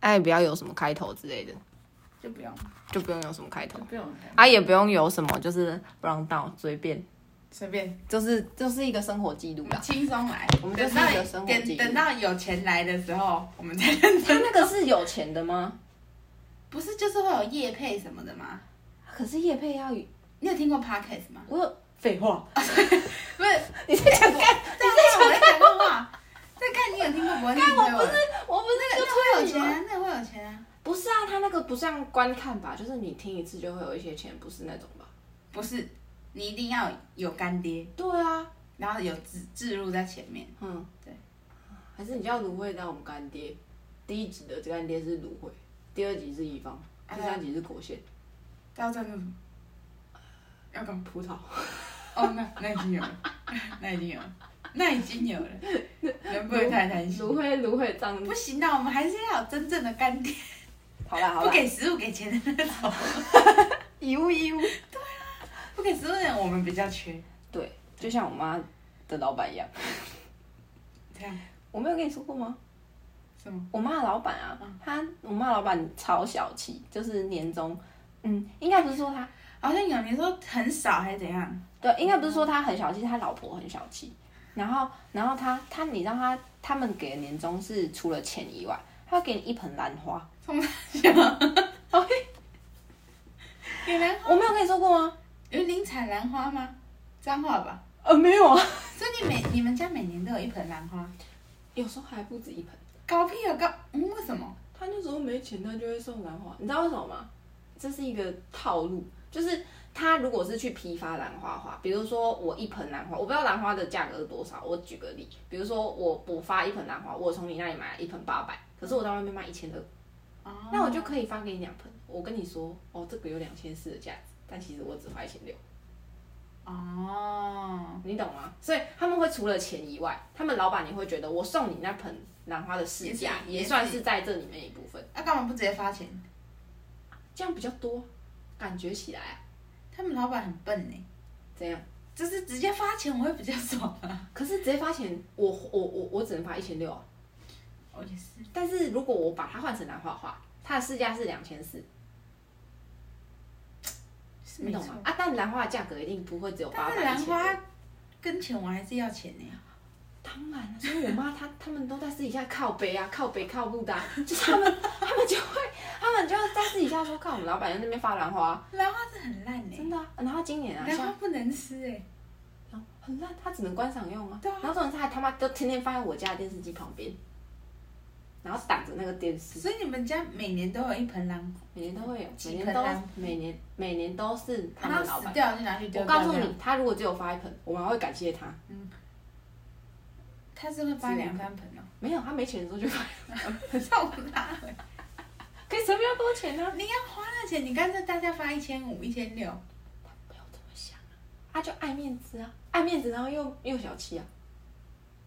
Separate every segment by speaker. Speaker 1: 哎，不要有什么开头之类的，
Speaker 2: 就不用，
Speaker 1: 就不用有什么开头
Speaker 2: 就，不用
Speaker 1: 啊，也不用有什么就是不让到随便，
Speaker 2: 随便
Speaker 1: 就是就是一个生活记录啦。
Speaker 2: 轻松来。
Speaker 1: 我们就是
Speaker 2: 等
Speaker 1: 一个
Speaker 2: 到
Speaker 1: 生活记
Speaker 2: 等
Speaker 1: 录
Speaker 2: 等到有钱来的时候，我们再认
Speaker 1: 他
Speaker 2: 真。
Speaker 1: 那个是有钱的吗？
Speaker 2: 不是就是会有业配什么的吗？
Speaker 1: 可是叶佩要有
Speaker 2: 你有听过 podcast 吗？
Speaker 1: 我有废话，
Speaker 2: 不是，
Speaker 1: 你在讲干？
Speaker 2: 在看我在讲过话，在看你有听过不会听
Speaker 1: 我不
Speaker 2: 我
Speaker 1: 是我不
Speaker 2: 那
Speaker 1: 是
Speaker 2: 个会有
Speaker 1: 就推
Speaker 2: 钱
Speaker 1: 你吗
Speaker 2: 啊，那个会有钱啊。
Speaker 1: 不是啊，他那个不像观看吧，就是你听一次就会有一些钱，不是那种吧？
Speaker 2: 不是，你一定要有干爹，
Speaker 1: 对啊，
Speaker 2: 然后有置置入在前面。
Speaker 1: 嗯，
Speaker 2: 对。
Speaker 1: 还是你叫芦荟当我们干爹，第一集的干爹是芦荟，第二集是乙方，第三集是果线、
Speaker 2: 到赞助什么？呃要干嘛？
Speaker 1: 葡萄。
Speaker 2: 哦，那那已经有了， 那已经有了，那已经 有了，能不能太贪心？
Speaker 1: 芦荟芦荟张，
Speaker 2: 不行啊，我们还是要有真正的干爹，
Speaker 1: 好啦好
Speaker 2: 不
Speaker 1: 啦，
Speaker 2: 给食物给钱的 那种，
Speaker 1: 一物一物。
Speaker 2: 不给食物的人我们比较缺。
Speaker 1: 对，就像我妈的老板一 样，
Speaker 2: 这样
Speaker 1: 我没有跟你说过吗？
Speaker 2: 是吗？
Speaker 1: 我妈的老板啊，她我妈的老板超小气，就是年终，嗯，应该不是说她，
Speaker 2: 好像有你说很少还是怎样？
Speaker 1: 对，应该不是说他很小气，他老婆很小气。然后，然后他他，你让他他们给的年终是除了钱以外，他会给你一盆兰花。
Speaker 2: 有兰花，
Speaker 1: 我没有跟你说过吗？
Speaker 2: 有林采兰花吗？脏话吧。
Speaker 1: 呃，没有啊，
Speaker 2: 所以你每你们家每年都有一盆兰花？
Speaker 1: 有时候还不止一盆。
Speaker 2: 高屁有高，嗯，为什么？
Speaker 1: 他那时候没钱，他就会送兰花。你知道为什么吗？这是一个套路，就是他如果是去批发兰花的话，比如说我一盆兰花，我不知道兰花的价格是多少，我举个例，比如说我我发一盆兰花，我从你那里买了一盆八百，可是我在外面卖一千二。
Speaker 2: 哦
Speaker 1: 那我就可以发给你两盆。我跟你说，哦，这个有两千四的价值，但其实我只花一千六，
Speaker 2: 哦，
Speaker 1: 你懂吗？所以他们会除了钱以外，他们老板也会觉得我送你那盆兰花的市价
Speaker 2: 也是
Speaker 1: 也算是在这里面一部分，
Speaker 2: 那干嘛不直接发钱？
Speaker 1: 这样比较多，感觉起来啊
Speaker 2: 他们老板很笨呢，
Speaker 1: 怎样？
Speaker 2: 就是直接发钱我会比较爽啊。
Speaker 1: 可是直接发钱，我我我我只能发一千六啊。
Speaker 2: 我也是，
Speaker 1: 但是如果我把它换成兰花的话，它的市价是两千四，
Speaker 2: 是
Speaker 1: 你
Speaker 2: 没
Speaker 1: 懂
Speaker 2: 错
Speaker 1: 吗？。啊，但兰花的价格一定不会只有八
Speaker 2: 但
Speaker 1: 百。
Speaker 2: 是兰
Speaker 1: 1200
Speaker 2: 花跟钱我还是要钱呢。
Speaker 1: 当然了，所以我妈她他们都在私底下靠北 啊，靠北靠路的啊、就是他们他们就会他们就在私底下说，看我们老板在那边发兰花，
Speaker 2: 兰花是很烂呢，
Speaker 1: 真的、啊。然后今年啊，
Speaker 2: 兰花
Speaker 1: 像
Speaker 2: 不能吃哎。
Speaker 1: 很烂，她只能观赏用啊。
Speaker 2: 对啊
Speaker 1: 然后这种她他妈都天天放在我家的电视机旁边，然后挡着那个电视，
Speaker 2: 所以你们家每年都有一盆兰花，
Speaker 1: 每年都会有，每
Speaker 2: 几盆啊
Speaker 1: 年都
Speaker 2: 兰
Speaker 1: 每年每年都是他们
Speaker 2: 然后
Speaker 1: 老
Speaker 2: 死
Speaker 1: 板。
Speaker 2: 掉就拿去丢
Speaker 1: 我
Speaker 2: 掉。
Speaker 1: 告诉你，，他如果只有发一盆，我们还会感谢他。
Speaker 2: 他是会发两三盆哦，
Speaker 1: 没有，他没钱的时候就发，
Speaker 2: 送他。
Speaker 1: 可以存比较多钱啊。
Speaker 2: 你要花那钱，你干脆大家发一千五、一千六。
Speaker 1: 不要这么想啊，他就爱面子啊，爱面子，然后又又小气啊。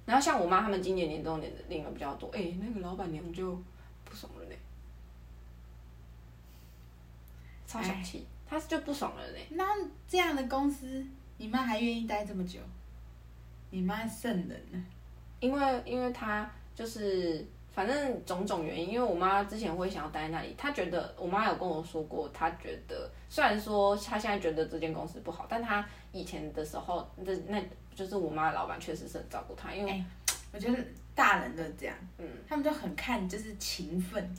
Speaker 1: 然后像我妈他们今年年终领的领的比较多，哎、那个老板娘就不爽了嘞，超小气，
Speaker 2: 哎
Speaker 1: 她就不爽了嘞。
Speaker 2: 那这样的公司，你妈还愿意待这么久？你妈圣人呢、
Speaker 1: 因为因为她就是反正种种原因，因为我妈之前会想要待在那里，她觉得我妈有跟我说过，她觉得虽然说她现在觉得这间公司不好，但她以前的时候，那那就是我妈的老板确实是很照顾她，因为。
Speaker 2: 我觉得大人都是这样，
Speaker 1: 嗯
Speaker 2: 他们都很看就是勤奋，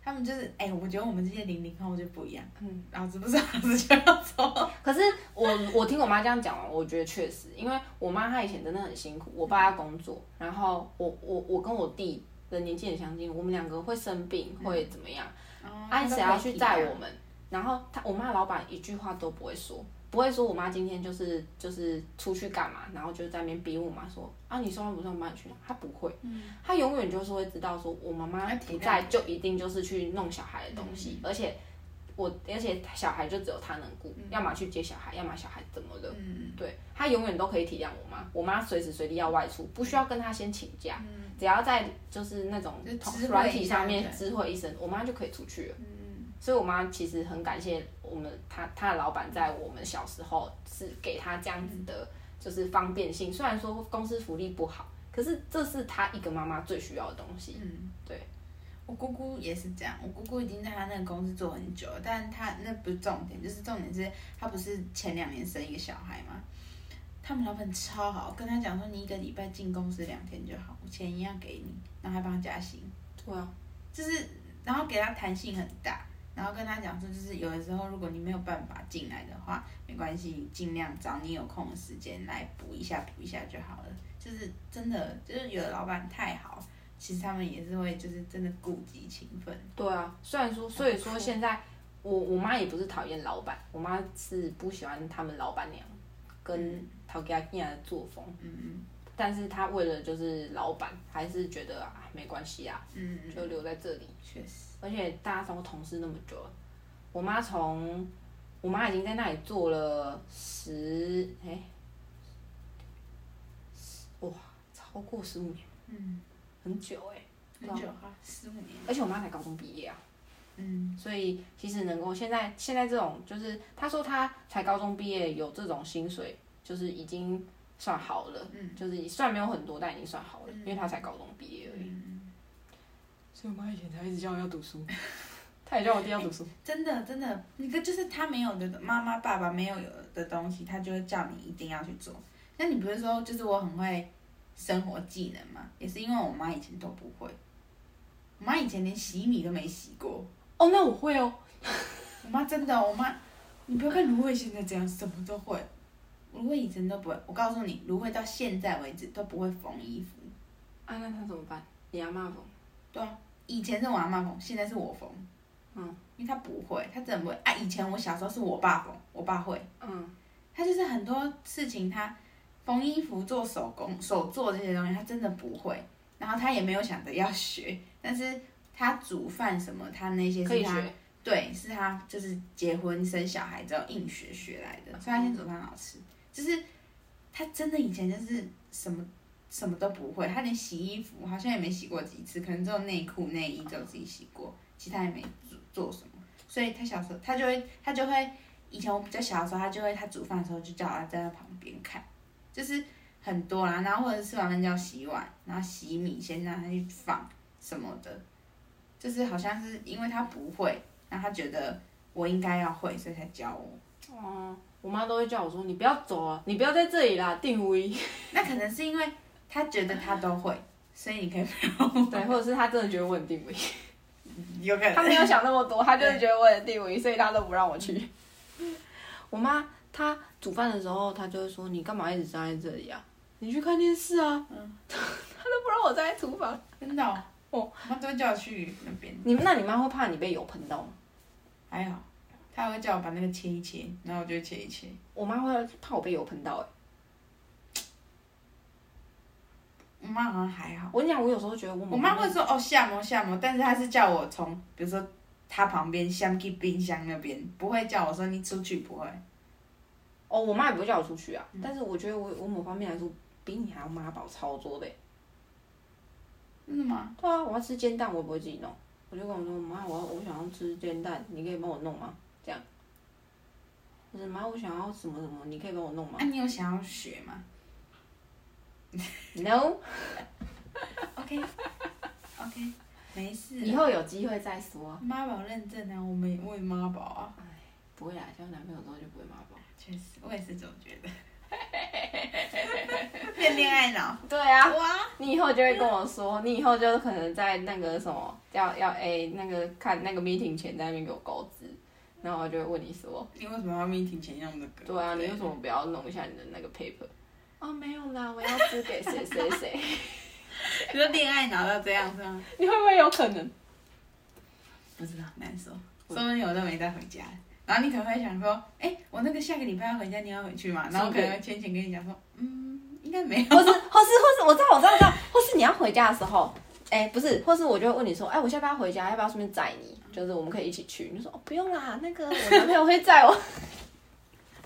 Speaker 2: 他们就是哎、我觉得我们这些零零后就不一样，
Speaker 1: 嗯
Speaker 2: 老子不是老子就要走，
Speaker 1: 哦可是我我听我妈这样讲完，我觉得确实，因为我妈她以前真的很辛苦，我爸要工作，然后我我我跟我弟的年纪很相近，我们两个会生病，会怎么样？
Speaker 2: 安
Speaker 1: 安谁啊要去
Speaker 2: 哦
Speaker 1: 载我？们？然后他我妈老板一句话都不会说，不会说我妈今天就是就是出去干嘛，然后就在那边逼我妈说啊你上班不上班你去哪？她不会，她永远就是会知道说我妈妈
Speaker 2: 要嗯
Speaker 1: 不
Speaker 2: 体谅嗯
Speaker 1: 在就一定就是去弄小孩的东西，而且我而且小孩就只有她能顾，要么去接小孩，要么小孩怎么了？
Speaker 2: 嗯
Speaker 1: 对她永远都可以体谅我妈，我妈随时随地要外出，不需要跟她先请假，只要在就是那种
Speaker 2: 嗯就
Speaker 1: 同
Speaker 2: 知会
Speaker 1: 软
Speaker 2: 一
Speaker 1: 体
Speaker 2: 下
Speaker 1: 上面
Speaker 2: 对
Speaker 1: 知会一声，我妈就可以出去了。
Speaker 2: 嗯，
Speaker 1: 所以我妈其实很感谢我们，她她的老板在我们小时候是给她这样子的，
Speaker 2: 嗯
Speaker 1: 就是方便性。虽然说公司福利不好，可是这是她一个妈妈最需要的东西。
Speaker 2: 嗯
Speaker 1: 对，
Speaker 2: 我姑姑也是这样，我姑姑已经在她那个公司做很久了，但她那不是重点，就是重点是她不是前两年生一个小孩嘛，他们老板超好，跟她讲说你一个礼拜进公司两天就好，我钱一样给你，然后还帮她加薪，
Speaker 1: 对啊，
Speaker 2: 就是然后给她弹性很大，然后跟她讲说就是有的时候如果你没有办法进来的话，没关系，你尽量找你有空的时间来补一下补一下就好了，就是真的就是有的老板太好。其实他们也是会，就是真的顾及情分。
Speaker 1: 对啊，虽然说，所以说
Speaker 2: 不错
Speaker 1: 现在我我妈也不是讨厌老板，我妈是不喜欢他们老板娘跟陶家尼亚的作风，
Speaker 2: 嗯
Speaker 1: 但是她为了就是老板，还是觉得啊没关系啊，
Speaker 2: 嗯嗯嗯，
Speaker 1: 就留在这里。
Speaker 2: 确实。
Speaker 1: 而且大家都同事那么久了，我妈从我妈已经在那里做了十哎、哇超过十五年，
Speaker 2: 嗯，
Speaker 1: 很久哎、
Speaker 2: 很久啊，十五年。
Speaker 1: 而且我妈才高中毕业啊。
Speaker 2: 嗯，
Speaker 1: 所以其实能够现在现在这种，就是他说他才高中毕业有这种薪水，就是已经算好了，
Speaker 2: 嗯，
Speaker 1: 就是虽然没有很多，但已经算好了，
Speaker 2: 嗯
Speaker 1: 因为他才高中毕业而已。
Speaker 2: 嗯
Speaker 1: 所以我妈以前才一直叫我要读书，她也叫我弟要读书。
Speaker 2: 真的真的，那个就是他没有的，妈妈爸爸没有有的东西，他就会叫你一定要去做。那你不是说就是我很会生活技能吗？也是因为我妈以前都不会，我妈以前连洗米都没洗过。
Speaker 1: 哦，那我会哦，
Speaker 2: 我妈真的，我妈，你不要看芦荟现在这样，什么都会。芦荟以前都不会，我告诉你，芦荟到现在为止都不会缝衣服。
Speaker 1: 啊，那他怎么办？你阿妈缝，
Speaker 2: 对啊，以前是我阿妈缝，现在是我缝。
Speaker 1: 嗯，
Speaker 2: 因为她不会，她真的不会啊。以前我小时候是我爸缝，我爸会。
Speaker 1: 嗯，
Speaker 2: 她就是很多事情，她缝衣服、做手工、手做这些东西，她真的不会。然后她也没有想着要学，但是她煮饭什么，她那些
Speaker 1: 嗯可
Speaker 2: 是
Speaker 1: 以
Speaker 2: 她
Speaker 1: 学。
Speaker 2: 对，是他就是结婚生小孩之后硬学学来的，所以他现在煮饭好吃。就是他真的以前就是什么什么都不会，他连洗衣服好像也没洗过几次，可能只有内裤内衣只有自己洗过，其他也没做做什么。所以他小时候他就会他就会以前我比较小的时候，他就会他煮饭的时候就叫我站在旁边看，就是很多啊啦，然后或者吃完饭就要洗碗，然后洗米先让他去放什么的，就是好像是因为他不会，然后他觉得我应该要会，所以才教我。
Speaker 1: 哦，我妈都会叫我说你不要走啊，你不要在这里啦，定位。
Speaker 2: 那可能是因为他觉得他都会，所以你可以
Speaker 1: 对，或者是她真的觉得我很定位，
Speaker 2: 有可
Speaker 1: 他
Speaker 2: 能
Speaker 1: 没有想那么多，他就是觉得我很地位，所以他都不让我去。 我妈她煮饭的时候，她就会说：“你干嘛一直站在这里啊？你去看电视啊！”嗯，她都不让我站在厨房。
Speaker 2: 真的哦，
Speaker 1: 哦
Speaker 2: 我妈都会叫我去那边，
Speaker 1: 你那你妈会怕你被油喷到吗？
Speaker 2: 还好，她还会叫我把那个切一切，然后我就切一切。
Speaker 1: 我妈会怕我被油喷到、欸。
Speaker 2: 我妈好像还好，
Speaker 1: 我跟你讲，我有时候觉得我
Speaker 2: 我妈会说哦下模下模，但是她是叫我从比如说她旁边先去冰箱那边，不会叫我说你出去，不会。
Speaker 1: 哦，我妈也不会叫我出去啊。但是我觉得我我某方面来说，比你还要妈宝操作的欸、
Speaker 2: 真的吗？
Speaker 1: 对啊，我要吃煎蛋，我也不会自己弄。我就跟我说：“妈，我要我想要吃煎蛋，你可以帮我弄吗？”这样。我说：“妈，我想要什么什么，你可以帮我弄吗
Speaker 2: 啊，你有想要学吗
Speaker 1: ？”No，
Speaker 2: ？OK OK，没事啦。
Speaker 1: 以后有机会再说。
Speaker 2: 妈宝认证啊，我们也我也妈宝啊，
Speaker 1: 不会啦，交男朋友之后就不会妈宝。
Speaker 2: 确实，我也是这么觉得。变 恋爱脑，
Speaker 1: 对啊，
Speaker 2: 哇，
Speaker 1: 你以后就会跟我说，你以后就可能在那个什么，要要哎、那个看那个 meeting 前在那边给我告知，然后我就会问你说，
Speaker 2: 你为什么要 meeting 前用这个？
Speaker 1: 对啊，你为什么不要弄一下你的那个 paper？哦，没有啦，我要支给谁谁谁。
Speaker 2: 你说恋爱脑到这样是吗？
Speaker 1: 你会不会有可能？
Speaker 2: 不知道，难说。说不定我都没带回家，然后你可能会想说，哎、我那个下个礼拜要回家，你要回去吗？然后我可能会浅浅跟你讲说，嗯，应该没有。
Speaker 1: 或是或是或是，我知道我知道我知道，或是你要回家的时候，哎、不是，或是我就会问你说，哎、我下班回家，要不要顺便载你？就是我们可以一起去。你就说哦，不用啦，那个我男朋友会载我。会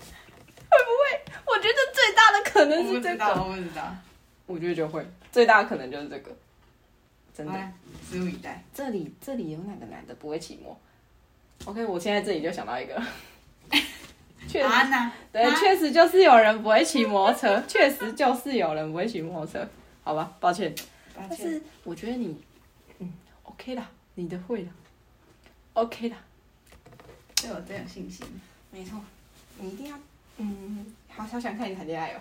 Speaker 1: 不会？我觉得最大的可
Speaker 2: 我
Speaker 1: 能
Speaker 2: 不
Speaker 1: 是
Speaker 2: 知
Speaker 1: 这
Speaker 2: 道，
Speaker 1: 个，
Speaker 2: 我不知道。
Speaker 1: 我觉得就会，最大的可能就是这个。真
Speaker 2: 好
Speaker 1: 的，
Speaker 2: 啦，拭目以待。
Speaker 1: 这里这里有哪个男的不会骑摩？OK，我现在这里就想到一 个，确实
Speaker 2: 啊那
Speaker 1: 对，
Speaker 2: 啊
Speaker 1: 确实就是有人不会骑摩托车，确实就是有人不会骑摩托车。好吧，抱歉。
Speaker 2: 抱
Speaker 1: 但
Speaker 2: 歉，
Speaker 1: 是我觉得你，嗯，OK 啦，你
Speaker 3: 你的会啦，OK 啦。
Speaker 2: 对我真有信心。
Speaker 1: 没错，你一定要，嗯，好好想看你谈恋爱哦。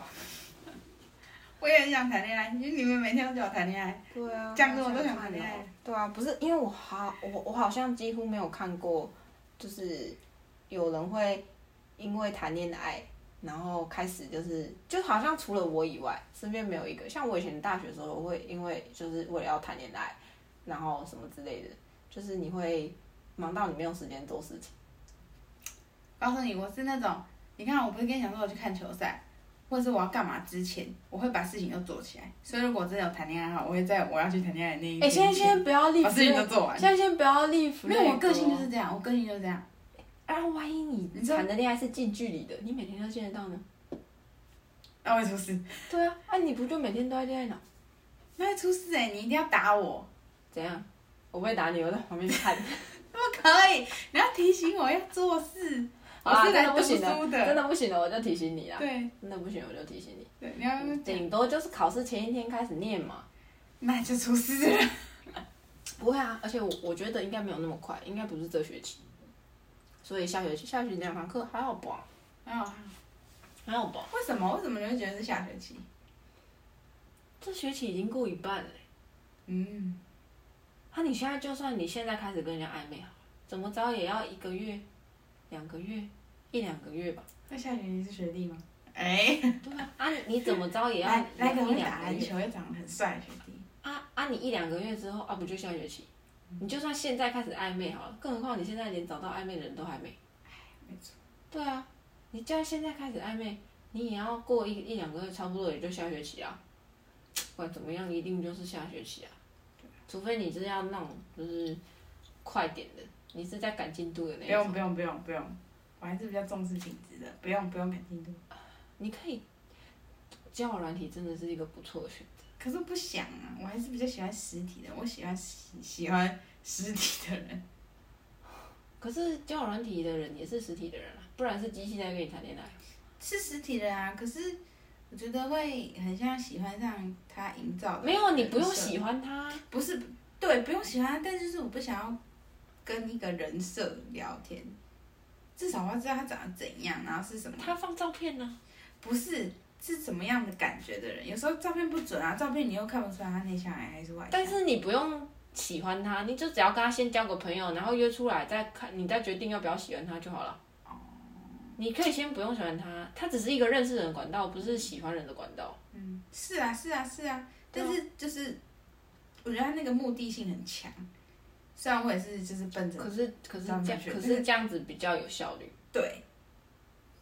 Speaker 2: 我也很想谈恋爱，就是你们每天都叫我谈恋爱，
Speaker 1: 对啊
Speaker 2: 讲得我都想谈恋爱。
Speaker 1: 对啊，不是因为我好，我我好像几乎没有看过，就是有人会因为谈恋爱，然后开始就是，就好像除了我以外，身边没有一个。像我以前大学的时候，我会因为就是为了要谈恋爱，然后什么之类的，就是你会忙到你没有时间做事情。
Speaker 2: 告诉你，我是那种，你看，我不是跟你讲说我去看球赛，或者是我要干嘛之前，我会把事情都做起来。所以如果真的有谈恋爱的话，我会在我要去谈恋爱的那一
Speaker 1: 哎、
Speaker 2: 天
Speaker 1: 现在
Speaker 2: 前
Speaker 1: 先不要立
Speaker 2: 把事情都做完。
Speaker 1: 现在先不要立
Speaker 2: 没有，我个性就是这样，我个性就是这样。
Speaker 1: 啊，万一你
Speaker 2: 你知道
Speaker 1: 谈的恋爱是近距离的，你每天都见得到呢？
Speaker 2: 那会出事，
Speaker 1: 对啊，啊，你不就每天都在恋爱脑？
Speaker 2: 那会出事哎、你一定要打我，
Speaker 1: 怎样？我不会打你，我在旁边 看。
Speaker 2: 不可以，你要提醒我要做 事。
Speaker 1: 好啦
Speaker 2: 我是来
Speaker 1: 真的不行
Speaker 2: 读
Speaker 1: 了，
Speaker 2: 书的
Speaker 1: 真的不行了，我就提醒你啦。
Speaker 2: 对
Speaker 1: 真的不行，我就提醒你。
Speaker 2: 对，你要
Speaker 1: 顶多就是考试前一天开始念嘛。
Speaker 2: 那就出事了。
Speaker 1: 不会啊，而且我我觉得应该没有那么快，应该不是这学期。所以下学期下学期两堂课还好吧？
Speaker 2: 啊，
Speaker 1: 还好吧？
Speaker 2: 为什么？为什么你会觉得是下学期？
Speaker 1: 这学期已经过一半了、
Speaker 2: 嗯，
Speaker 1: 那、啊你现在就算你现在开始跟人家暧昧好了，怎么着也要一个月、两个月、一两个月吧？
Speaker 2: 那下学期是学弟吗？哎、
Speaker 1: 对啊，啊你你怎么着也要
Speaker 2: 来来个
Speaker 1: 一
Speaker 2: 会
Speaker 1: 两
Speaker 2: 打
Speaker 1: 个
Speaker 2: 篮
Speaker 1: 月
Speaker 2: 球又长得很帅的学弟。
Speaker 1: 啊啊！你一两个月之后啊，不就下学期？你就算现在开始暧昧好了，更何况你现在连找到暧昧的人都还没。
Speaker 2: 哎没错，
Speaker 1: 对啊，你就算现在开始暧昧，你也要过一一两个月，差不多也就下学期啊。不管怎么样，一定就是下学期啊。除非你是要那种就是快点的，你是在赶进度的那
Speaker 2: 不
Speaker 1: 一
Speaker 2: 用
Speaker 1: 种。
Speaker 2: 不用不用不用，我还是比较重视品质的，不用不用看进度。
Speaker 1: 你可以，交友软体真的是一个不错的选择。
Speaker 2: 可是我不想啊，我还是比较喜欢实体的，我喜欢喜喜欢实体的人。
Speaker 1: 可是交友软体的人也是实体的人啊，不然是机器在跟你谈恋爱。
Speaker 2: 是实体的啊，可是我觉得会很像喜欢上他营造的。
Speaker 1: 没有，你不用喜，欢他啊。
Speaker 2: 不是对，不用喜欢，但就是我不想要跟一个人设聊天，至少我要知道他长得怎样，然后是什么。
Speaker 1: 他放照片呢、
Speaker 2: 不是是怎么样的感觉的人。有时候照片不准啊，照片你又看不出来他内向哎还是外向。
Speaker 1: 但是你不用喜欢他，你就只要跟他先交个朋友，然后约出来再看，你再决定要不要喜欢他就好了。你可以先不用喜欢他，他只是一个认识人的管道，不是喜欢人的管道。
Speaker 2: 嗯，是啊，是啊，是啊，
Speaker 1: 对啊
Speaker 2: 但是就是我觉得他那个目的性很强。虽然我也是就是奔着
Speaker 1: 可是可是
Speaker 2: 这样
Speaker 1: 这样
Speaker 2: 感，觉
Speaker 1: 可是这样子比较有效率。
Speaker 2: 对，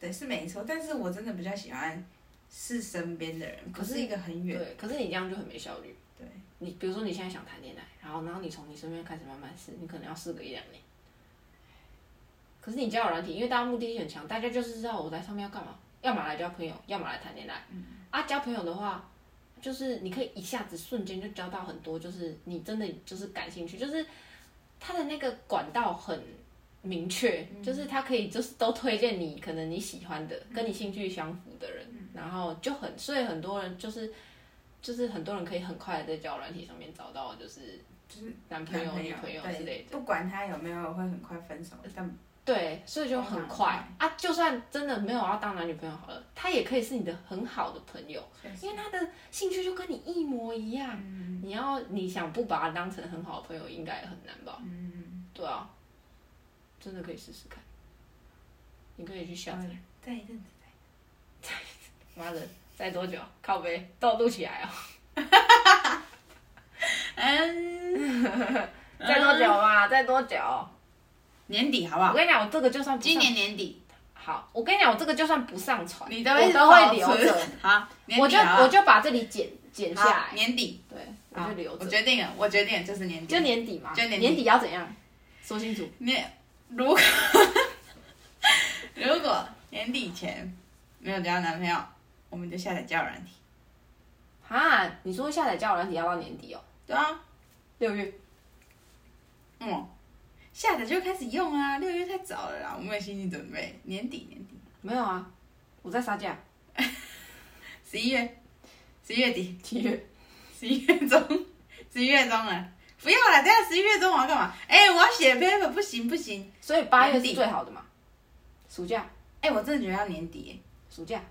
Speaker 2: 对是没错，但是我真的比较喜欢是身边的人，
Speaker 1: 可
Speaker 2: 不
Speaker 1: 是
Speaker 2: 是一个很远。
Speaker 1: 对，可是你这样就很没效率。
Speaker 2: 对，
Speaker 1: 你比如说你现在想谈恋爱，然后然后你从你身边开始慢慢试，你可能要试个一两年。可是你交友软体，因为大家目的性很强，大家就是知道我在上面要干嘛，要么来交朋友，要么来谈恋爱。
Speaker 2: 嗯
Speaker 1: 啊，交朋友的话，就是你可以一下子瞬间就交到很多，就是你真的就是感兴趣，就是他的那个管道很明确，
Speaker 2: 嗯
Speaker 1: 就是他可以就是都推荐你可能你喜欢的、跟你兴趣相符的人，
Speaker 2: 嗯
Speaker 1: 然后就很所以很多人就是就是很多人可以很快的在交友软体上面找到就是
Speaker 2: 就是
Speaker 1: 男朋友、
Speaker 2: 男
Speaker 1: 女朋友之类
Speaker 2: 对，
Speaker 1: 的。呃
Speaker 2: 不管他有没有，会很快分手。但
Speaker 1: 对，所以就
Speaker 2: 非
Speaker 1: 很
Speaker 2: 常
Speaker 1: 快啊！就算真的没有要当男女朋友好了，他也可以是你的很好的朋友，因为他的兴趣就跟你一模一样。
Speaker 2: 嗯
Speaker 1: 你要你想不把他当成很好的朋友，应该也很难吧？
Speaker 2: 嗯，
Speaker 1: 对啊，真的可以试试看。你可以去下载。
Speaker 2: 再一阵子，
Speaker 1: 妈的，再多久？靠背，都录起来哦。哦
Speaker 2: 嗯，
Speaker 1: 再多久嘛？再多久？
Speaker 2: 年底好不好
Speaker 1: 我？跟你讲，我这个就算不上
Speaker 2: 今年年底，
Speaker 1: 好，我跟你讲，我这个就算不上传，
Speaker 2: 你
Speaker 1: 都
Speaker 2: 都
Speaker 1: 我
Speaker 2: 会
Speaker 1: 会留
Speaker 2: 保存
Speaker 1: 着。。
Speaker 2: 好，年
Speaker 1: 我
Speaker 2: 底
Speaker 1: 就
Speaker 2: 好不好
Speaker 1: 我就把这里剪剪下
Speaker 2: 好
Speaker 1: 来，
Speaker 2: 年底，
Speaker 1: 啊对，我
Speaker 2: 好
Speaker 1: 就留
Speaker 2: 我
Speaker 1: 着。
Speaker 2: 决定了，我决定了，就是年底。
Speaker 1: 就年底嘛，
Speaker 2: 就年底
Speaker 1: 年底要怎样？说清楚。
Speaker 2: 年如果 如果年底前没有交男朋友，我们就下载交友软体。
Speaker 1: 啊，你说下载交友软体要到年底哦？
Speaker 2: 对啊，
Speaker 1: 六月。
Speaker 2: 嗯，下载就开始用啊，六月太早了啦，我没有心理准备。年底，年底，
Speaker 1: 没有啊，我在杀价。
Speaker 2: 十一月，十一月底，
Speaker 1: 七月。
Speaker 2: 十一月中，十一月中了，不要了，等下十一月中我要干嘛？哎、我要写 paper，不行不行。
Speaker 1: 所以八月
Speaker 2: 年底
Speaker 1: 是最好的嘛，暑假，
Speaker 2: 哎、我真的觉得要年底耶，
Speaker 1: 暑假，啊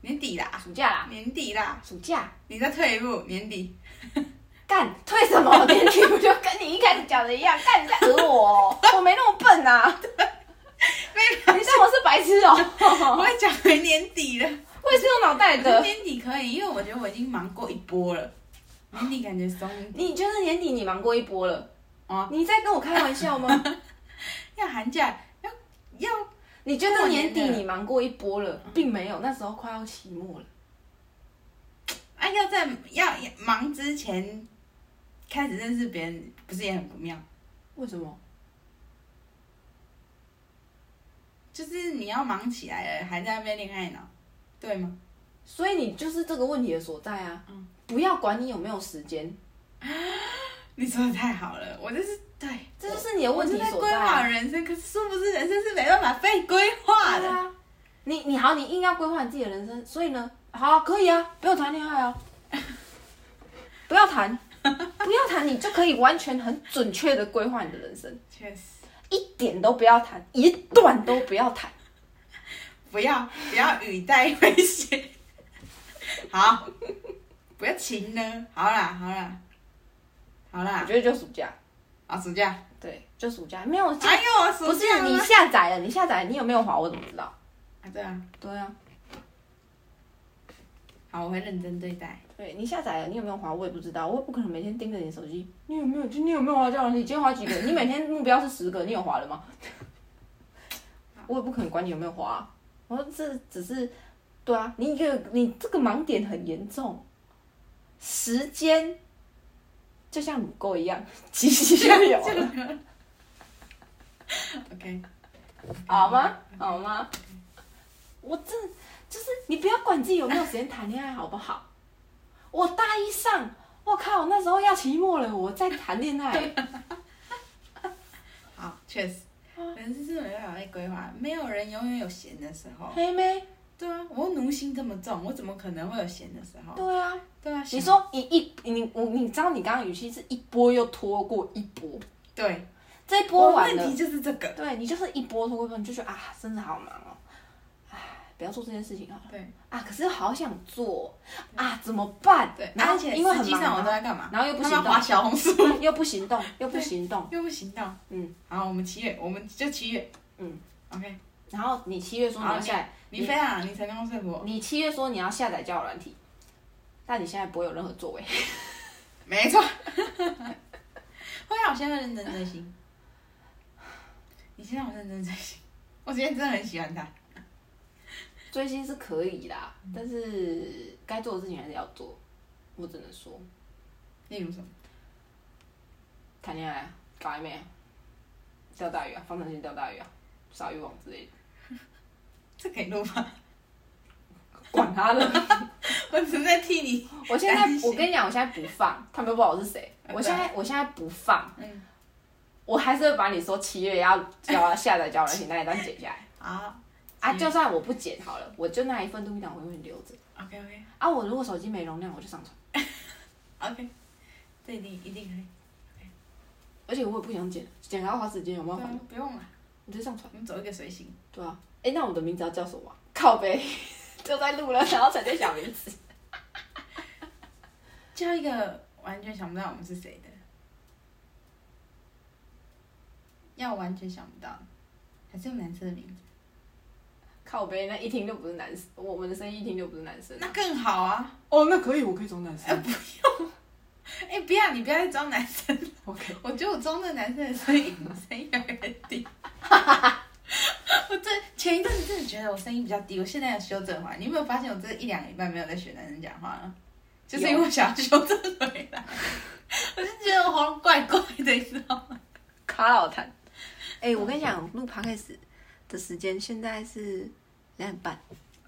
Speaker 2: 年底啦，
Speaker 1: 暑假啦，
Speaker 2: 年底啦，
Speaker 1: 暑假，
Speaker 2: 你再退一步，年底。
Speaker 1: 干退什 么？年底不就跟你一开始讲的一样？干你在讹我、哦，我没那么笨呐、 啊，你当我是白痴 哦、
Speaker 2: 我会讲回年底了，
Speaker 1: 我也是用脑袋的。
Speaker 2: 年底可以，因为我觉得我已经忙过一波了，年底感觉松一点。
Speaker 1: 你觉得年底你忙过一波了？
Speaker 2: 哦
Speaker 1: 你在跟我开玩笑 吗？
Speaker 2: 要寒假要要
Speaker 1: 你觉得年底
Speaker 2: 过年了
Speaker 1: 你忙过一波了，并没有，那时候快要期末了。
Speaker 2: 啊，要在要要忙之前开始认识别人，不是也很不妙？
Speaker 1: 为什么？
Speaker 2: 就是你要忙起来了，还在那边恋爱脑，对吗？
Speaker 1: 所以你就是这个问题的所在啊！
Speaker 2: 嗯
Speaker 1: 不要管你有没有时间，
Speaker 2: 你说的太好了，我就是对，
Speaker 1: 这就是你的问
Speaker 2: 我
Speaker 1: 题
Speaker 2: 是在
Speaker 1: 所
Speaker 2: 规
Speaker 1: 在
Speaker 2: 划
Speaker 1: 啊。
Speaker 2: 人生，可是殊不知人生是没办法被规划
Speaker 1: 对
Speaker 2: 的。
Speaker 1: 啊，你你好，你硬要规划你自己的人生，所以呢，好啊、可以啊，不要谈恋爱 啊，不要谈，不要谈，你就可以完全很准确的规划你的人生，
Speaker 2: 确实，
Speaker 1: 一点都不要谈，一段都不要谈。
Speaker 2: 不要不要语带威胁， 好，不要情呢，好啦好啦，好
Speaker 1: 我
Speaker 2: 啦，
Speaker 1: 觉得就暑假，
Speaker 2: 啊暑假，
Speaker 1: 对，就暑假，没有假
Speaker 2: 哎呦暑
Speaker 1: 哦不是啊
Speaker 2: 假
Speaker 1: 你
Speaker 2: 吗？
Speaker 1: 下载了，你下载了你有没有滑，我怎么知道？
Speaker 2: 啊对啊，
Speaker 1: 对啊，
Speaker 2: 好，我会认真对待。
Speaker 1: 对你下载了，你有没有滑，我也不知道，我也不可能每天盯着你的手机。你有没有？今天有没有滑交友软体？今天滑几个？你每天目标是十个，你有滑了吗？我也不可能管你有没有滑、啊，我说这只是，对啊，你一个你这个盲点很严重，时间就像乳沟一样， 急急就有
Speaker 2: 这
Speaker 1: 了，
Speaker 2: 个 OK，
Speaker 1: 好吗？好吗？我这就是你不要管自己有没有时间谈恋爱，好不好？我大一上，我靠，那时候要期末了，我在谈恋爱。
Speaker 2: 好，确实，
Speaker 1: 哦
Speaker 2: 人生是没办法被规划，没有人永远有闲的时候。
Speaker 1: 黑妹，
Speaker 2: 对啊，我奴性这么重，我怎么可能会有闲的时候？
Speaker 1: 对啊，
Speaker 2: 对啊，
Speaker 1: 你
Speaker 2: 闲
Speaker 1: 说一一你我你知道你刚刚语气是一波又拖过一波，
Speaker 2: 对，
Speaker 1: 这一波
Speaker 2: 我
Speaker 1: 完
Speaker 2: 问
Speaker 1: 了
Speaker 2: 题，就是这个。
Speaker 1: 对你就是一波拖过一波，你就觉得啊，真的好忙哦，唉，不要做这件事情好了
Speaker 2: 对
Speaker 1: 啊，可是好想做啊，怎么办？
Speaker 2: 对，
Speaker 1: 然后
Speaker 2: 而且
Speaker 1: 因为
Speaker 2: 实
Speaker 1: 很
Speaker 2: 际
Speaker 1: 忙
Speaker 2: 上我都
Speaker 1: 啊，
Speaker 2: 在干嘛？
Speaker 1: 然后又不
Speaker 2: 他
Speaker 1: 行
Speaker 2: 妈滑
Speaker 1: 动，
Speaker 2: 小红书，
Speaker 1: 又不行动，又不行动，
Speaker 2: 又不行动。
Speaker 1: 嗯，
Speaker 2: 好，我们七月，我们就七月。
Speaker 1: 嗯
Speaker 2: ，OK，
Speaker 1: 然后你七月说你
Speaker 2: 好
Speaker 1: 要下载，
Speaker 2: 你非常，你成功说服我。
Speaker 1: 你七月说你要下载交友软体，但你现在不会有任何作为。
Speaker 2: 没错， 会啊让我现在认真追星。你先让我认真追星，我今天真的很喜欢他。
Speaker 1: 追星是可以啦，但是该做的事情还是要做。我只能说，
Speaker 2: 例如什么？
Speaker 1: 谈恋爱、啊、搞暧昧、啊、钓大鱼啊、放长线钓大鱼啊、撒渔网之类的，
Speaker 2: 这可以录吗？
Speaker 1: 管他 的！
Speaker 2: 我只是在替你。
Speaker 1: 我现在
Speaker 2: 担心
Speaker 1: 我哎跟你讲，我现在不放，他们都不知道我是谁。
Speaker 2: 嗯
Speaker 1: 我现在我现在不放，
Speaker 2: 嗯，
Speaker 1: 我还是会把你说七月要交下载交友软体那一段剪下来
Speaker 2: 好
Speaker 1: 啊。
Speaker 2: 嗯
Speaker 1: 就算我不剪好了，我就那一份录音档我永远留着
Speaker 2: ，OK OK
Speaker 1: 啊。我如果手机没容量，我就上传。
Speaker 2: OK，这一定一定可以。
Speaker 1: 而且我也不想剪，剪还要花时间，有没有
Speaker 2: 对
Speaker 1: 烦
Speaker 2: 啊
Speaker 1: 恼？，
Speaker 2: 不用了，
Speaker 1: 你就上传。
Speaker 2: 我们走一个随行。
Speaker 1: 对啊，哎、那我的名字要叫什么啊？靠背， 就在录了，然后才在想名字。
Speaker 2: 叫一个完全想不到我们是谁的，要完全想不到，还是用男生的名字，
Speaker 1: 靠背，那一听就不是男生，我们的声音一听就不是男生
Speaker 2: 那更好啊！
Speaker 1: 哦，那可以，我可以装男生。
Speaker 2: 哎、不要，你不要再装男生，
Speaker 1: OK，
Speaker 2: 我觉得我装的男生的声音声音越来越低。 我这前一阵子真的觉得我声音比较低，我现在有修正回来。你有没有发现我这一两个礼拜没有在学男生讲话了？就是因为我想要修正回 来，我就觉得我喉咙怪怪的，你知道吗？
Speaker 1: 卡老谭。哎、我跟你讲，录 podcast 的时间现在是两点 半，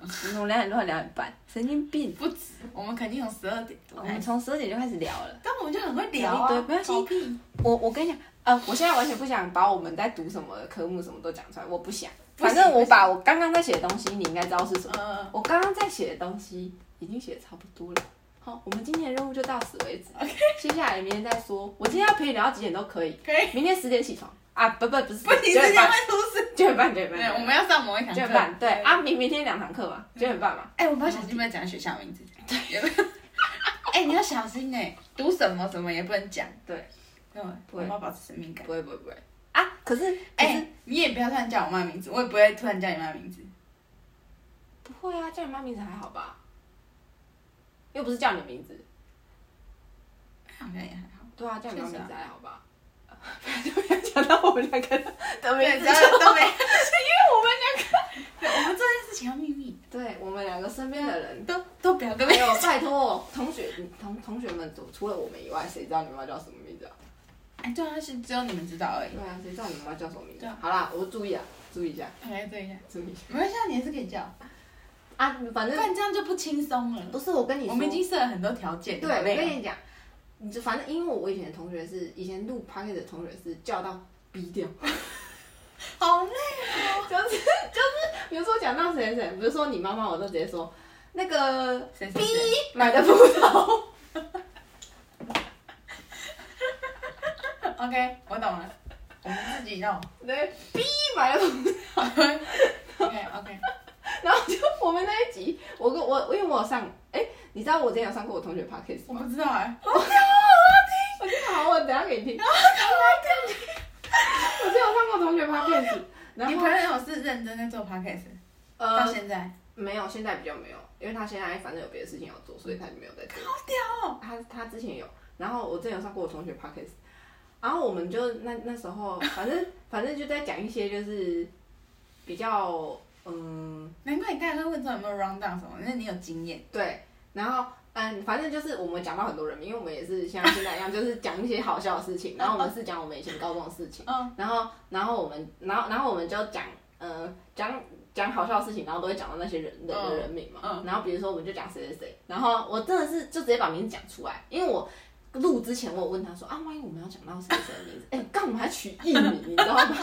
Speaker 1: 我们两点多两点半，神经病。
Speaker 2: 不止，我们肯定有十二点多
Speaker 1: 我
Speaker 2: 开
Speaker 1: 们
Speaker 2: 始
Speaker 1: 从十二点就开始聊了。
Speaker 2: 但我们就很会聊
Speaker 1: 嗯
Speaker 2: 啊，
Speaker 1: 对没关系
Speaker 2: 搞屁
Speaker 1: 我我跟你讲，呃，我现在完全不想把我们在读什么科目什么都讲出来，我不想。
Speaker 2: 不行
Speaker 1: 反正我
Speaker 2: 不行
Speaker 1: 把我刚刚在写的东西，你应该知道是什么。
Speaker 2: 呃，
Speaker 1: 我刚刚在写的东西已经写的差不多了，好，我们今天的任务就到此为止。OK，接 下来明天再说。我今天要陪你聊到几点都可以，
Speaker 2: 可以。
Speaker 1: 明天十点起床啊，不不不是，
Speaker 2: 不行，
Speaker 1: 九
Speaker 2: 这
Speaker 1: 点
Speaker 2: 样
Speaker 1: 半，
Speaker 2: 会出事。
Speaker 1: 九点半，九点
Speaker 2: 对，
Speaker 1: 半，
Speaker 2: 我们要上某一堂
Speaker 1: 九点
Speaker 2: 课
Speaker 1: 半，。对啊，明明天两堂课嘛，九点半嘛，
Speaker 2: 哎、我不要小心，不要讲学校名字。对， 哎、你要小心哎、读什么什么也不能讲。
Speaker 1: 对，
Speaker 2: 对，
Speaker 1: 不
Speaker 2: 我
Speaker 1: 会
Speaker 2: 要保持神秘感。
Speaker 1: 不会不会不会啊，可是可
Speaker 2: 嗯哎、
Speaker 1: 是
Speaker 2: 你也不要突然叫我妈名字，我也不会突然叫你妈名字。
Speaker 1: 不会啊，叫你妈名字还好吧？又不是叫你名字，
Speaker 2: 好像也还好。
Speaker 1: 对啊，叫你妈
Speaker 2: 确实
Speaker 1: 名
Speaker 2: 啊
Speaker 1: 字还好吧？ 不要讲到我们两个的
Speaker 2: 对，
Speaker 1: 名
Speaker 2: 只
Speaker 1: 字
Speaker 2: 要
Speaker 1: 就
Speaker 2: 都没，是因为我们两个，我们做这件事情要秘密，
Speaker 1: 对我们两个身边的人，
Speaker 2: 都都不要跟
Speaker 1: 没有拜托同学同同学们，除了我们以外，谁知道你妈叫什么名字啊？
Speaker 2: 哎，对啊，是只有你们知道而已。
Speaker 1: 对啊，谁知道你妈叫什么名字
Speaker 2: 对啊
Speaker 1: 啊？好啦，我注意啊，注意一下，
Speaker 2: 来对一下，
Speaker 1: 注意一下
Speaker 2: 没关系啊，你还是可以叫，
Speaker 1: 啊，反正
Speaker 2: 不然这样就不轻松了。
Speaker 1: 不是我跟你说，
Speaker 2: 我们已经设了很多条件，
Speaker 1: 对，我
Speaker 2: 没
Speaker 1: 跟你讲，你就反正因为我以前的同学是以前录 p o c k e t 的同学是叫到逼掉。
Speaker 2: 好累。
Speaker 1: 就是就是，比如说讲到谁谁，比如说你妈妈，我就直接说那个
Speaker 2: 谁谁
Speaker 1: 逼
Speaker 2: 谁
Speaker 1: 买的葡萄，
Speaker 2: OK，我懂了，我们自己弄。
Speaker 1: 对，逼买的葡萄。
Speaker 2: OK OK，
Speaker 1: 然后就我们那一集，我跟我因为我有上，哎、你知道我之前有上过我同学 podcast
Speaker 2: 我
Speaker 1: 吗？
Speaker 2: 不知道哎，
Speaker 1: 我真的好，我等一下给你 听。我之前有上过同学 podcast，然
Speaker 2: 你
Speaker 1: 后
Speaker 2: 朋友是认真在做 podcast，到
Speaker 1: 呃
Speaker 2: 现在
Speaker 1: 没有，现在比较没有，因为他现在反正有别的事情要做，所以他就没有在做。
Speaker 2: 好屌哦！
Speaker 1: 他他之前有，然后我之前有上过我同学 podcast，然后我们就那那时候，反正反正就在讲一些就是比较嗯
Speaker 2: 难怪你刚才会问说有没有 round down 什么，那你有经验。
Speaker 1: 对，然后嗯反正就是我们讲到很多人名，因为我们也是像现在一样，就是讲一些好笑的事情，然后我们是讲我们以前高中的事情，
Speaker 2: 嗯，
Speaker 1: 然后然后我们然后然后我们就讲呃讲。讲好笑的事情，然后都会讲到那些人人的
Speaker 2: 嗯
Speaker 1: 人名嘛。
Speaker 2: 嗯
Speaker 1: 然后比如说，我们就讲谁谁谁。然后我真的是就直接把名字讲出来，因为我录之前我有问他说啊，万一我们要讲到谁谁的名字，哎、干我们还取艺名，你知道吗？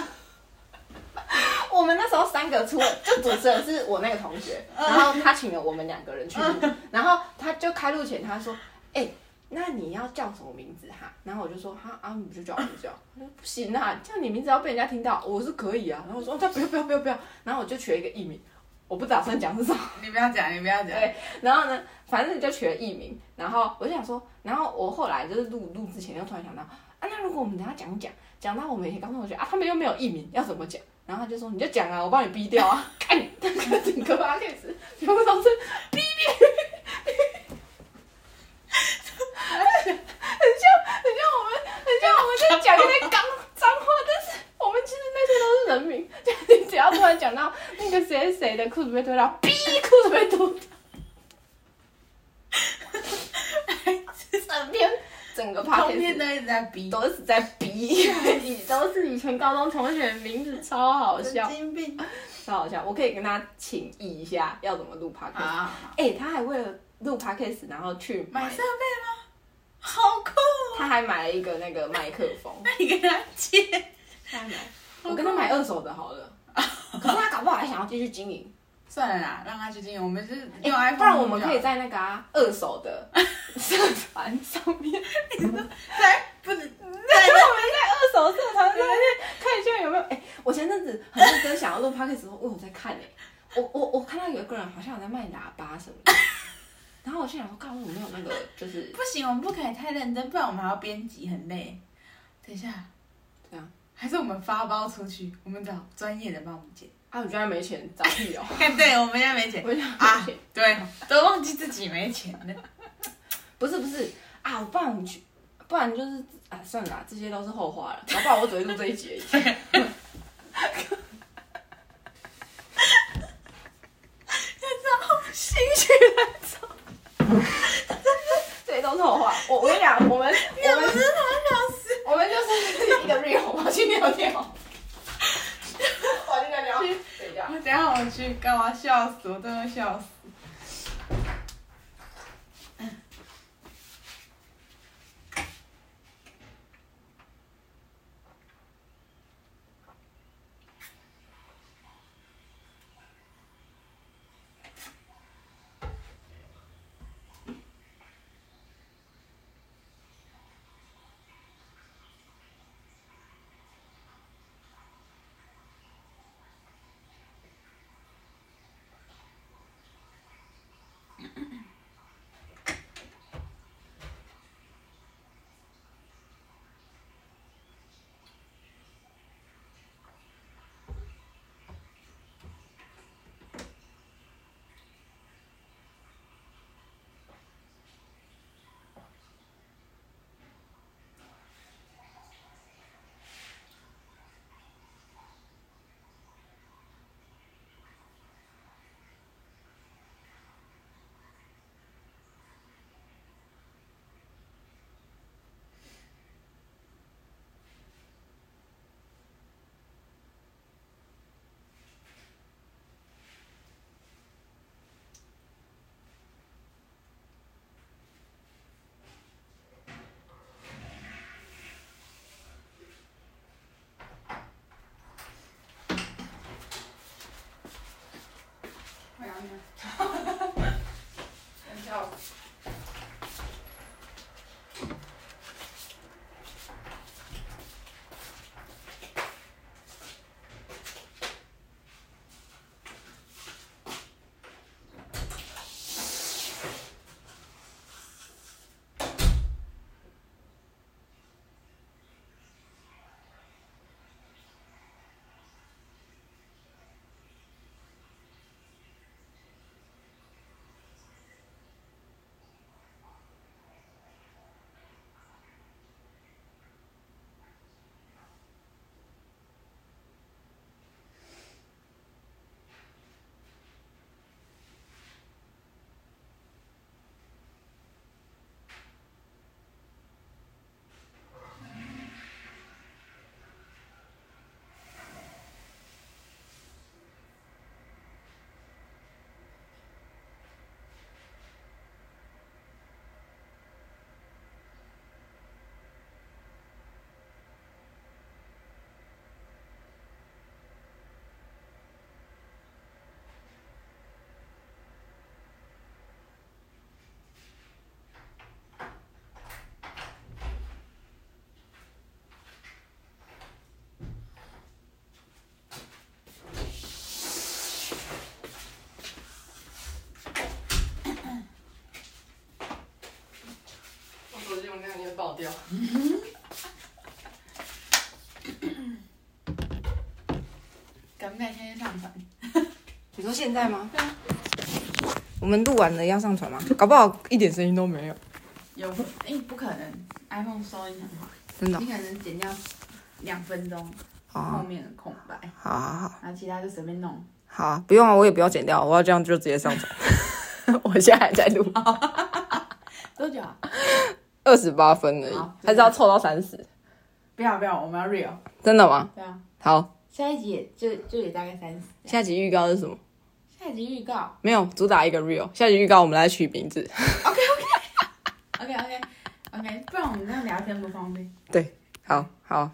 Speaker 1: 我们那时候三个出了，就主持人是我那个同学，然后他请了我们两个人去录，然后他就开录前他说，哎、那你要叫什么名字哈？然后我就说哈啊，你不就叫我就叫，他说不行啊，叫你名字要被人家听到，我是可以啊。然后我说哦，他不要不要不要不要，然后我就取了一个艺名，我不打算讲是什么。
Speaker 2: 你不要讲，你不要讲。
Speaker 1: 对然后呢，反正就取了艺名，然后我就想说，然后我后来就是录录之前又突然想到，啊，那如果我们等一下讲一讲，讲到我们以前高中同学啊，他们又没有艺名，要怎么讲？然后他就说你就讲啊，我帮你逼掉啊， 看那个整个 p o d c 全部都是逼逼，很像很像我们很像我们在讲一些脏脏话，但是我们其实那些都是人名，就你只要突然讲到那个谁谁谁的裤子被脱掉，逼裤子被脱掉。整 篇整个 p o
Speaker 2: 通
Speaker 1: d c
Speaker 2: 篇都一直在逼，
Speaker 1: 都是在逼，都是以前高中同学的名字，超好笑
Speaker 2: 神，经病。
Speaker 1: 超好笑。我可以跟他请意一下，要怎么录 podcast。
Speaker 2: 好，
Speaker 1: 哎、他还为了录 podcast，然后去
Speaker 2: 买
Speaker 1: 买
Speaker 2: 设，备吗？好酷哦！
Speaker 1: 他还买了一个那个麦克风，
Speaker 2: 你跟他借。
Speaker 1: 他还买，我跟他买二手的好了。 可是他搞不好还想要继续经营，
Speaker 2: 算了啦，让他去经营，我们就是
Speaker 1: 哎、
Speaker 2: 用 iPhone，
Speaker 1: 不然我们可以在
Speaker 2: 在
Speaker 1: 那个、啊、二手的 社团上面，
Speaker 2: 在不能
Speaker 1: 对，我 们在二手社团上面看一下有没有。哎、我前阵子很认真想要录 p o d c a s 的时候，我有在看哎、我我我看到有一个人好像有在卖喇叭什么 的，然后我就想说，看我没有那个，就是
Speaker 2: 不行，我们不可以太认真，不然我们还要编辑，很累。等一下，
Speaker 1: 怎样？
Speaker 2: 还是我们发包出去，我们找专业的帮我们剪。
Speaker 1: 啊，我居然没钱，找屁哦、
Speaker 2: 看，对，我们家没 剪
Speaker 1: 我居然
Speaker 2: 啊
Speaker 1: 没钱，，
Speaker 2: 对，都忘记自己没剪了。
Speaker 1: 不是不是啊，不然我们去，不然就是啊，算了啦，这些都是后话了，搞不好我只会录这一集而已。
Speaker 2: 心
Speaker 1: 去来找，这些都是后话。我我跟你 讲，我们我们
Speaker 2: 真的好想死。
Speaker 1: 我们就是一个 real，我去尿尿。我去尿尿，等一下
Speaker 2: 我等一下我去干嘛？笑死，我真的笑死。
Speaker 1: 掉。
Speaker 2: 敢不敢先去上传？
Speaker 1: 你说现在吗？我们录完了要上传吗？搞不好一点声音都没有，
Speaker 2: 有，哎、不可能，iPhone 收音很好，
Speaker 1: 真的。
Speaker 2: 你可能剪掉两分钟
Speaker 1: 好
Speaker 2: 后
Speaker 1: 啊，
Speaker 2: 面的空白，
Speaker 1: 好啊，好啊，
Speaker 2: 然后其他就随便弄。
Speaker 1: 好啊，不用啊，我也不要剪掉，我要这样就直接上传。 我现在还在录，
Speaker 2: 多久、啊？
Speaker 1: 二十八分而已
Speaker 2: 好，
Speaker 1: 还是要凑到三十？
Speaker 2: 不要不要，我们要 real。
Speaker 1: 真的吗？
Speaker 2: 对啊，
Speaker 1: 好，
Speaker 2: 下一集也就就也大概三十。
Speaker 1: 下集预告是什么？
Speaker 2: 下一集预告
Speaker 1: 没有，主打一个 real。下集预告我们来取名字。
Speaker 2: ，OK OK OK，不然我们这样聊天不方便。
Speaker 1: 好，好，